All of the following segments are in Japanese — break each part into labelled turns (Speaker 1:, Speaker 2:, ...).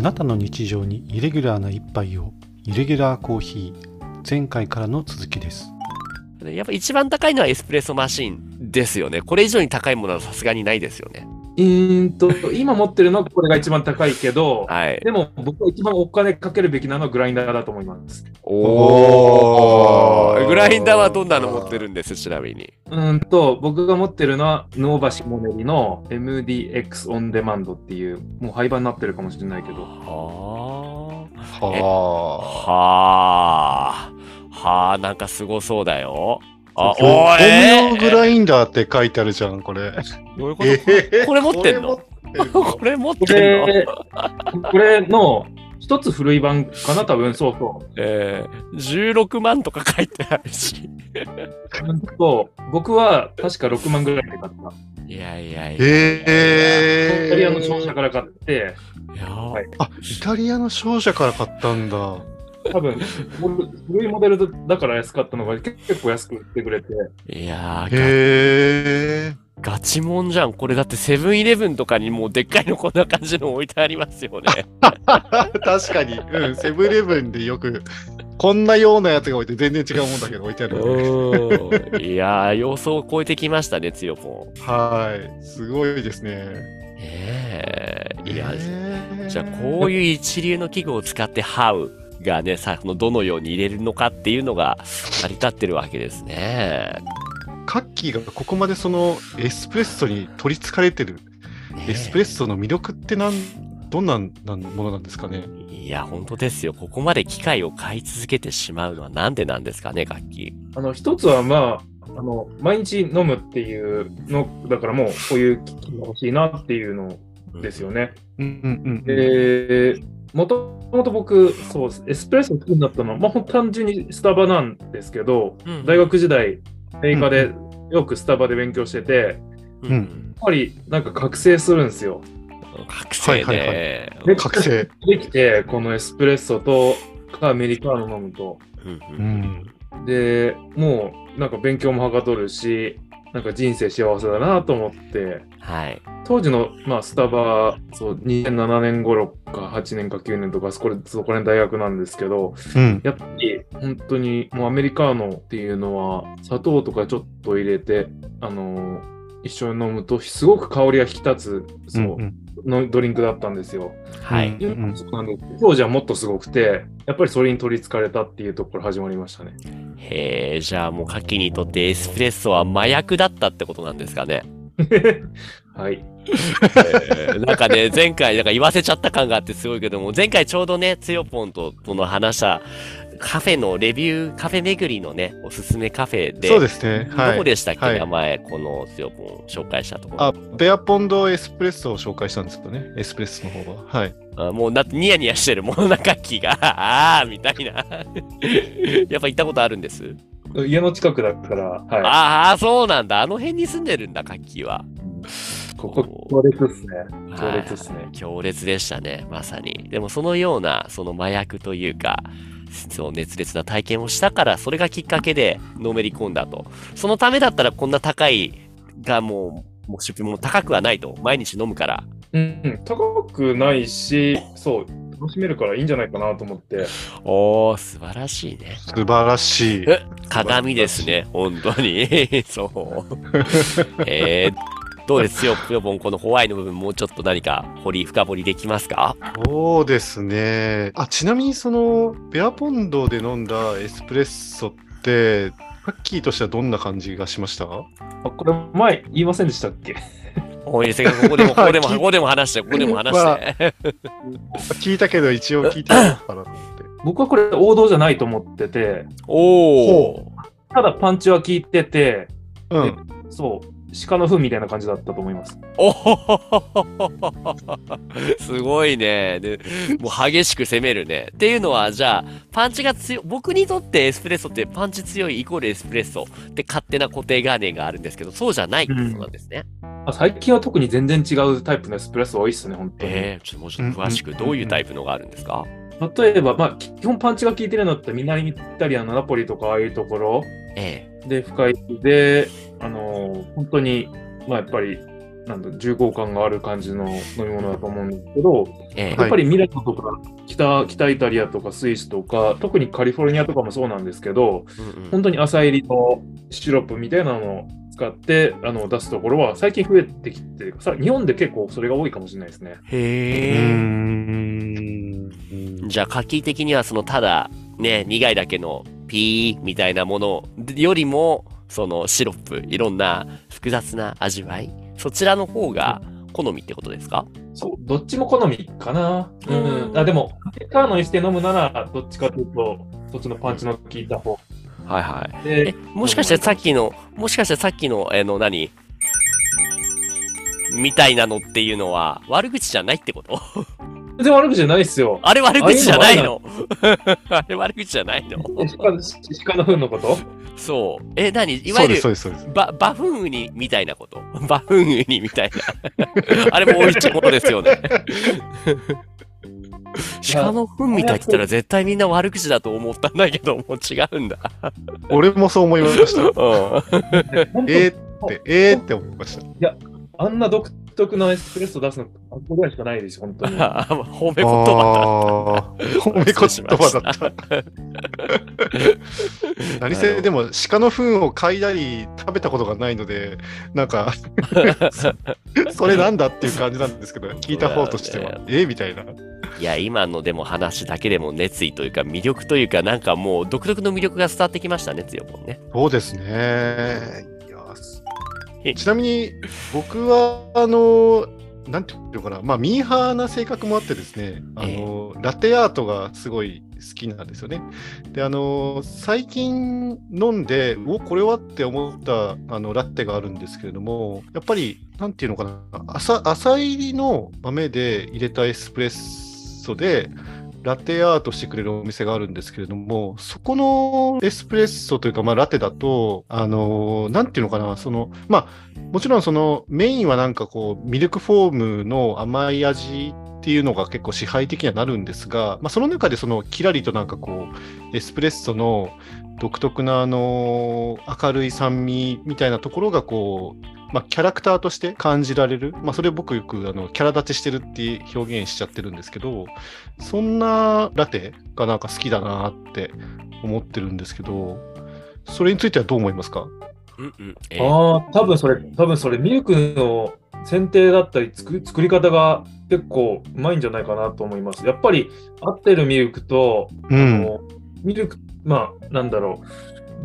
Speaker 1: なたの日常にイレギュラーな一杯をイレギュラーコーヒー前回からの続きです
Speaker 2: やっぱ一番高いのはエスプレッソマシンですよね。これ以上に高いものはさすがにないですよね。
Speaker 3: うーんと、今持ってるのはこれが一番高いけど、
Speaker 2: はい。
Speaker 3: でも僕は一番お金かけるべきなのはグラインダーだと思います。
Speaker 4: おー
Speaker 2: グラインダーはどんなの持ってるんですちなみに。
Speaker 3: うーんと、僕が持ってるのは、ノーバシモネリの MDX オンデマンドっていう、もう廃盤になってるかもしれないけど、
Speaker 2: はあ。
Speaker 4: は
Speaker 2: はあ。はあ、なんかすごそうだよ。あ、
Speaker 4: あ。
Speaker 2: お
Speaker 4: ー
Speaker 2: いえ
Speaker 4: グラインダーって書いてあるじゃん、これ。
Speaker 2: ーどういうこ
Speaker 4: え
Speaker 2: と
Speaker 4: ー
Speaker 2: これ持ってんの
Speaker 4: これ持ってんの
Speaker 2: これ持っ
Speaker 3: こ
Speaker 2: てんの
Speaker 3: れ、これの一つ古い版かな、多分、そうそう。
Speaker 2: えー、16万とか書いてあるし。
Speaker 3: うんと僕は確か6万ぐらいで買った。
Speaker 2: いやいやいや。
Speaker 3: イ
Speaker 4: えー、
Speaker 3: タリアの商社から買って、
Speaker 2: いや
Speaker 3: はい
Speaker 4: あ、イタリアの商社から買ったんだ。
Speaker 3: 多分、古いモデルだから安かったのが結結構安く売ってくれて、
Speaker 2: いや
Speaker 4: へ
Speaker 2: ー
Speaker 4: え
Speaker 2: ガチもんじゃん。これだってセブンイレブンとかにもうでっかいのこんな感じの置いてありますよ ね。
Speaker 4: ー。確かに、うん、セブンイレブンでよく、こんなようなやつが置いて、全然違うもんだけど置いてある。
Speaker 2: いやー、様相を超えてきましたね、つよぽん。
Speaker 4: はい。すごいですね。
Speaker 2: ええいや、
Speaker 4: えー
Speaker 2: じゃあこういう一流の器具を使って How がね、さ、このどのように入れるのかっていうのが成り立ってるわけですね。
Speaker 4: カッキーがここまでそのエスプレッソに取りつかれてる、
Speaker 2: ね
Speaker 4: エスプレッソの魅力ってなんどんなんなんものなんですかね
Speaker 2: いや、本当ですよ。ここまで機械を買い続けてしまうのはなんでなんですかね、楽器。
Speaker 3: あの、一つはまあ、あの、毎日飲むっていうの、だからもう、こういう機器が欲しいなっていうのですよね。
Speaker 4: うんうんうん
Speaker 3: で、もともと僕、そうです、エスプレッソ好きになったのは、まあ、ほん単純にスタバなんですけど、
Speaker 2: うん
Speaker 3: 大学時代、アメリカでよくスタバで勉強してて、やっ
Speaker 2: うん
Speaker 3: ぱりなんか覚醒するんですよ。
Speaker 2: 覚醒
Speaker 4: はいは
Speaker 2: で。
Speaker 3: で
Speaker 4: 覚醒
Speaker 3: できて、このエスプレッソとかアメリカーノ飲むと。
Speaker 2: うんうん
Speaker 4: うん
Speaker 3: で、もうなんか勉強もはかどるし、なんか人生幸せだなと思って、
Speaker 2: はい。
Speaker 3: 当時の、まあ、スタバ、そう、2007年頃か8年か9年とか、そこで、そこら辺大学なんですけど、
Speaker 4: うん
Speaker 3: やっぱり本当にもうアメリカーノっていうのは、砂糖とかちょっと入れて、あの一緒に飲むとすごく香りが引き立つそう、
Speaker 4: うん
Speaker 3: のドリンクだったんですよ。
Speaker 2: は
Speaker 4: う
Speaker 2: い
Speaker 4: ん。
Speaker 3: 今もそうなんですけど当時はもっとすごくて、やっぱりそれに取りつかれたっていうところ始まりましたね。
Speaker 2: へえ、じゃあもう、カキにとってエスプレッソは麻薬だったってことなんですかね。
Speaker 3: はい。
Speaker 2: えーなんかね、前回、なんか言わせちゃった感があってすごいけども、前回ちょうどね、つよぽんと、この話した、カフェのレビュー、カフェ巡りのね、おすすめカフェで、
Speaker 4: そうですねは
Speaker 2: どこ
Speaker 4: い
Speaker 2: でしたっけ、
Speaker 4: はい
Speaker 2: 名前、このつよぽん紹介したところ。
Speaker 4: あベアポンドエスプレッソを紹介したんですけどねエスプレッソの方ははい
Speaker 2: あもうだってニヤニヤしてるもんなんか気があーみたいなやっぱ行ったことあるんです、
Speaker 3: 家の近くだから、は。
Speaker 2: ああそうなんだあの辺に住んでるんだカッキーはい
Speaker 3: ここ、強烈ですね。強
Speaker 2: はい
Speaker 3: 烈ですね。
Speaker 2: 強烈でしたねまさにでもそのようなその麻薬というかその熱烈な体験をしたからそれがきっかけでのめり込んだとそのためだったらこんな高いがもうもう出費も高くはないと毎日飲むから
Speaker 3: うん。高くないし、そう、楽しめるからいいんじゃないかなと思って。
Speaker 2: おお素晴らしいね
Speaker 4: 素晴らしい
Speaker 2: え鏡ですね、本当に。 そう。 えー、どうですよ、ぷよぽん、このホワイの部分、もうちょっと何か掘り、深掘りできます か
Speaker 4: そうですねあちなみにそのベアポンドで飲んだエスプレッソってカッキーとしてはどんな感じがしました
Speaker 3: あ、これ前言いませんでしたっけ
Speaker 2: おいせここでも、ここでも、
Speaker 4: 聞い
Speaker 2: ここでも話して、ここでも話 して。
Speaker 4: 聞いたけど一応聞いてなかったなと思って
Speaker 3: 僕はこれ王道じゃないと思ってて、
Speaker 2: おお。
Speaker 3: ただパンチは効いてて、
Speaker 4: うん
Speaker 3: そう、鹿の糞みたいな感じだったと思います。
Speaker 2: おほほほほほほ すごいね。で、もう激しく攻めるね。っていうのは、じゃあ、パンチが強い、僕にとってエスプレッソってパンチ強いイコールエスプレッソって勝手な固定概念があるんですけど、そうじゃないってことなんですね。
Speaker 3: あ最近は特に全然違うタイプのエスプレッソ多いっすね、本当に。
Speaker 2: えー、ちょっともうちょっと詳しく、どういうタイプのがあるんですか
Speaker 3: 例えば、まあ、基本パンチが効いてるのって南イタリアのナポリとかああいうところ
Speaker 2: ええ
Speaker 3: で深いで、あのー本当に、まあ、やっぱりなんだ重厚感がある感じの飲み物だと思うんですけど、
Speaker 2: え
Speaker 4: は
Speaker 2: え
Speaker 3: や
Speaker 4: い
Speaker 3: っぱりミラノとか北北イタリアとかスイスとか、特にカリフォルニアとかもそうなんですけど、
Speaker 2: うんうん
Speaker 3: 本当に朝入りのシロップみたいなのを使ってあの出すところは最近増えてきてさ、日本で結構それが多いかもしれないですね。
Speaker 4: うー
Speaker 2: へえ。
Speaker 4: ん。
Speaker 2: じゃあ、書き的には、その、ただ、ね、苦いだけの、ピーみたいなものよりも、その、シロップ、いろんな複雑な味わい、そちらの方が好みってことですか
Speaker 3: そう、どっちも好みかな。うん。あでも、カーノにして飲むなら、どっちかというと、そっちのパンチの効いた方
Speaker 2: はいはい。え
Speaker 3: で、、
Speaker 2: もしかしてさっきの、もしかしてさっきの、えーの、何みたいなのっていうのは、悪口じゃないってこと
Speaker 3: 全然悪口じゃないですよ。
Speaker 2: あれ悪口じゃないの あれ悪口じゃないの
Speaker 3: 鹿の鹿の糞の こと
Speaker 2: そう。え、何いわ
Speaker 4: そう
Speaker 2: ゆ
Speaker 4: です、
Speaker 2: る
Speaker 4: そう、です、そうです。
Speaker 2: バ、バフンウニみたいなこと。 バフンウニみたいな。 あれも美味しいものですよね。鹿の糞みたいって言ったら絶対みんな悪口だと思ったんだけど、もう違うんだ。
Speaker 4: 俺もそう思いました。
Speaker 2: う
Speaker 3: 本当
Speaker 4: えーって、えーって思いました。
Speaker 3: あんな独特なエスプレッソ出すの、あそこぐらいしかないです、本当
Speaker 2: ん。
Speaker 3: に。
Speaker 2: 褒め言葉
Speaker 4: ああー、
Speaker 2: だ。
Speaker 4: 褒め 言葉だった。 何
Speaker 2: なるほ
Speaker 4: せ、
Speaker 2: ど
Speaker 4: でも、鹿の糞を嗅いだり、食べたことがないので、なん かそ、それなんだっていう感じなんですけど、聞いた方として
Speaker 2: そうだ
Speaker 4: は、えーみたいな。
Speaker 2: いや、今のでも話だけでも熱意というか魅力というか、なんかもう独特の魅力が伝わってきましたね、つよぽんね。
Speaker 4: そうですね。いやすちなみに僕はあのなんていうのかな、まあミーハーな性格もあってですね、あのラテアートがすごい好きなんですよね。であの最近飲んでおこれはって思ったあのラテがあるんですけれども、やっぱりなんていうのかな、朝朝入りの豆で入れたエスプレッソで。ラテアートしてくれるお店があるんですけれども、そこのエスプレッソというか、まあ、ラテだと、あのーなんていうのかな、その、まあ、もちろんそのメインはなんかこう、ミルクフォームの甘い味っていうのが結構支配的にはなるんですが、まあ、その中でその、キラリとなんかこう、エスプレッソの独特な、あのー明るい酸味みたいなところがこう、まあ、キャラクターとして感じられる、まあ、それ僕よくあのキャラ立ちしてるって表現しちゃってるんですけど、そんなラテがなんか好きだなって思ってるんですけど、それについてはどう思いますか
Speaker 2: うんうん。えー
Speaker 3: ああ、多分それ、多分それ、ミルクの選定だったり作、作り方が結構うまいんじゃないかなと思います。やっぱり合ってるミルクと、
Speaker 4: う
Speaker 3: あ。のミルク、まあ、なんだろ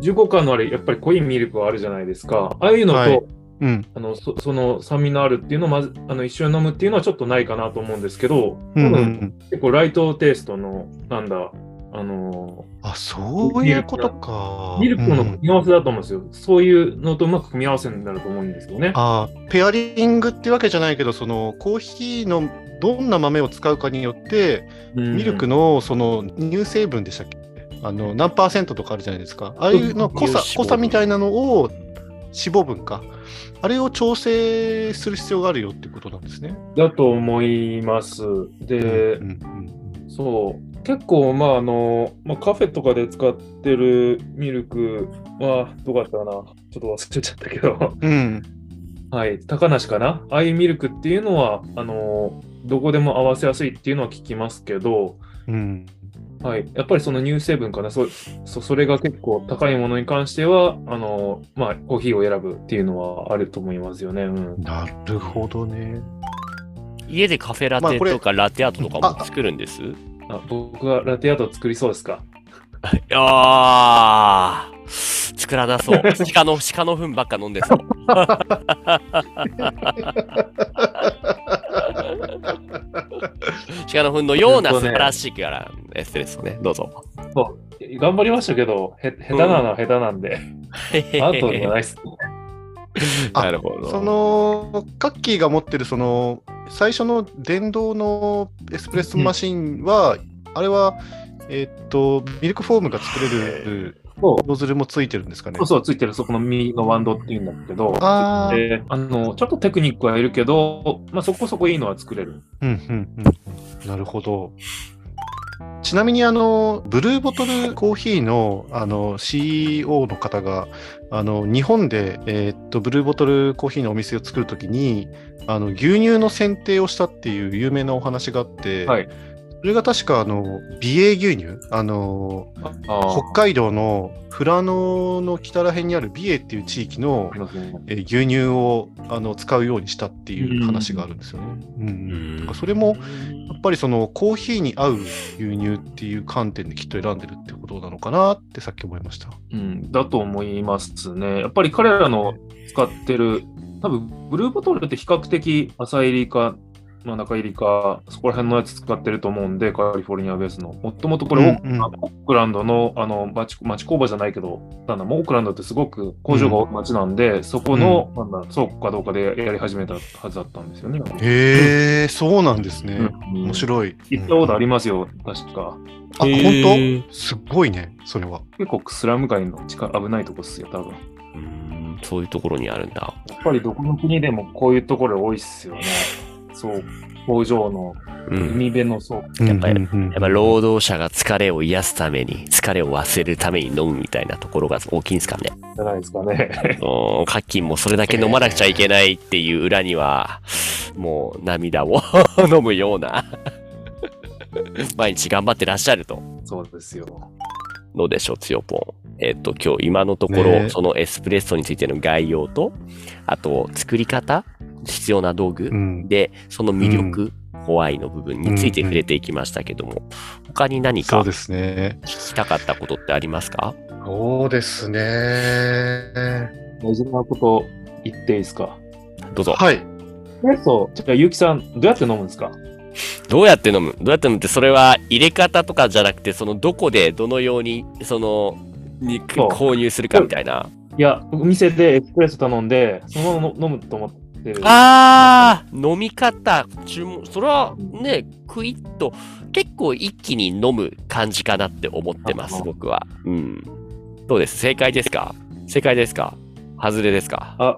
Speaker 3: う、15感のあれ、やっぱり濃いミルクはあるじゃないですか。ああいうのと、
Speaker 4: はいうん。
Speaker 3: あのそその酸味のあるっていうのをまずあの一緒に飲むっていうのはちょっとないかなと思うんですけど、
Speaker 4: うんう
Speaker 3: 多
Speaker 4: んう
Speaker 3: 分
Speaker 4: ん。
Speaker 3: 結構ライトテイストの、なんだ、あの
Speaker 4: あ、そういうことか。
Speaker 3: ミルクの
Speaker 4: う
Speaker 3: 組
Speaker 4: ん
Speaker 3: み合わせだと思うんですよ。そういうのとうまく組み合わせになると思うんですよね。
Speaker 4: あーペアリングってわけじゃないけど、そのコーヒーのどんな豆を使うかによって、ミ
Speaker 3: ミ
Speaker 4: ルクのその乳成分でしたっけあの何パーセントとかあるじゃないですか。ああいうの濃さ
Speaker 2: 乳脂肪
Speaker 4: 濃
Speaker 2: 分
Speaker 4: さみたいなのを脂肪分か。あれを調整する必要があるよってことなんですね。
Speaker 3: だと思います。で、
Speaker 4: うんうん
Speaker 3: そう結構まああの、まあ、カフェとかで使ってるミルクはどこだったかなちょっと忘れちゃったけど
Speaker 4: うんうん、
Speaker 3: はい高梨かなああいうミルクっていうのはあのどこでも合わせやすいっていうのは聞きますけど、
Speaker 4: うん
Speaker 3: はい、やっぱりその乳成分かなそそそれが結構高いものに関してはあの、まあ、コーヒーを選ぶっていうのはあると思いますよね。うん、
Speaker 4: なるほどね。
Speaker 2: 家でカフェラ
Speaker 4: まあ
Speaker 2: テ
Speaker 4: これ
Speaker 2: とかラテアートとかも作るんです
Speaker 3: あ僕はラテアート作りそうですか
Speaker 2: あー作らなそう。鹿の、鹿の糞ばっか飲んでそう。鹿の糞のような素晴らしいから、エスプレッソね。どうぞ。
Speaker 3: 頑張りましたけどへ下手なのは下手なんで、アートじゃないっすね。
Speaker 4: あ
Speaker 2: なるほど。
Speaker 4: そのカッキーが持ってるその最初の電動のエスプレッソマシンは、あれはえーっとミルクフォームが作れる
Speaker 3: そう
Speaker 4: ノズルもついてるんですかね
Speaker 3: そう。そう、ついてる、そこの右のワンドっていうんだけど、
Speaker 4: あー
Speaker 3: であのちょっとテクニックはいるけど、まあ、そこそこいいのは作れる。
Speaker 4: うんうんうん、なるほど。ちなみにあのブルーボトルコーヒーのあの CEO の方があの日本で、えーっとブルーボトルコーヒーのお店を作るときにあの牛乳の選定をしたっていう有名なお話があって、
Speaker 3: はい
Speaker 4: それが確かあの美瑛牛乳あの
Speaker 3: あ
Speaker 4: 北海道の富良野の北ら辺にある美瑛っていう地域の
Speaker 3: あり、ますね。
Speaker 4: えー牛乳をあの使うようにしたっていう話があるんですよね。うんだからそれもやっぱりそのコーヒーに合う牛乳っていう観点できっと選んでるってことなのかなってさっき思いました。
Speaker 3: うん、だと思いますね。やっぱり彼らの使ってる、多分ブルーボトルって比較的浅入りか、まあ、中入りか、そこら辺のやつ使ってると思うんで、カリフォルニアベースの。もともとこれ、
Speaker 4: うんうん
Speaker 3: オークランドのあの町町工場じゃないけど、なんだ、もうオークランドってすごく工場が多い町なんで、そこの、なんだ、倉庫かどうかでやり始めたはずだったんですよね。
Speaker 4: へえ、そうなんですね。
Speaker 3: うん
Speaker 4: 面白い。
Speaker 3: 行ったことあり
Speaker 4: ま
Speaker 3: ますよ、確か。
Speaker 4: す。あ、
Speaker 2: へ
Speaker 4: 本
Speaker 2: ー
Speaker 4: 当すっごいね、それは。
Speaker 3: 結構スラム街の近危ないとこっすよ、多分。
Speaker 2: うんそういうところにあるんだ。
Speaker 3: やっぱりどこの国でもこういうところ多いっすよね。そう、工場の
Speaker 2: うん。
Speaker 3: 海辺のそう。
Speaker 2: やっぱり
Speaker 4: うんうんうん
Speaker 2: やっぱ労働者が疲れを癒すために、疲れを忘れるために飲むみたいなところが大きいんですかね。
Speaker 3: じゃないですかね。
Speaker 2: おーカッキンもそれだけ飲まなくちゃいけないっていう裏には、もう涙を 飲むような、 毎日頑張ってらっしゃると。
Speaker 3: そうですよ。
Speaker 2: のでしょう、つよぽん。えっ、と、今日今のところ、
Speaker 4: ねえ
Speaker 2: そのエスプレッソについての概要と、あと、作り方、必要な道具、
Speaker 4: うん。
Speaker 2: で、その魅力、怖いの部分について触れていきましたけども、他に何
Speaker 4: そ
Speaker 2: か
Speaker 4: うですね。
Speaker 2: 聞きたかったことってありますか
Speaker 4: そうですね。
Speaker 3: 大事なこと言っていいですか。
Speaker 2: どうぞ。
Speaker 4: はい。
Speaker 3: そう、じゃあ、ゆうきさん、どうやって飲むんですか
Speaker 2: どうやって飲むどうやって飲むって、それは入れ方とかじゃなくて、そのどこで、どのように、その、に
Speaker 3: そう
Speaker 2: 購入するかみたいな。
Speaker 3: いや、お店でエスプレッソ頼んで、そのまま飲むと思ってる。
Speaker 2: あー、飲み方、注文、それはね、クイッと、結構一気に飲む感じかなって思ってます、
Speaker 3: あ
Speaker 2: 僕は。うん。どうです正解ですか正解ですか外れですか
Speaker 3: あ、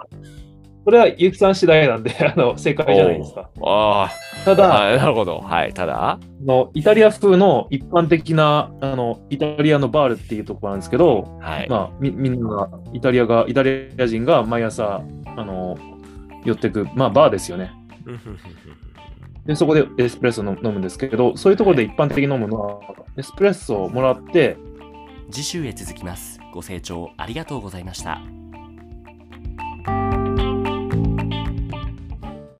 Speaker 3: それはゆうきさん次第なんで、 あの、正解じゃないですか。
Speaker 2: あ
Speaker 3: た
Speaker 2: あ、
Speaker 3: だ、あ
Speaker 2: はいなるほど。はい、ただ、
Speaker 3: の、イタリア風の一般的な、あの、イタリアのバールっていうところなんですけど、
Speaker 2: はい。
Speaker 3: まあ、みみんながイタリアがイタリア人が毎朝あの寄ってく、まあ、バーですよねでそこでエスプレッソの飲むんですけどそういうところで一般的に飲むのはエスプレッソをもらって
Speaker 2: 次週へ続きます。ご清聴ありがとうございました。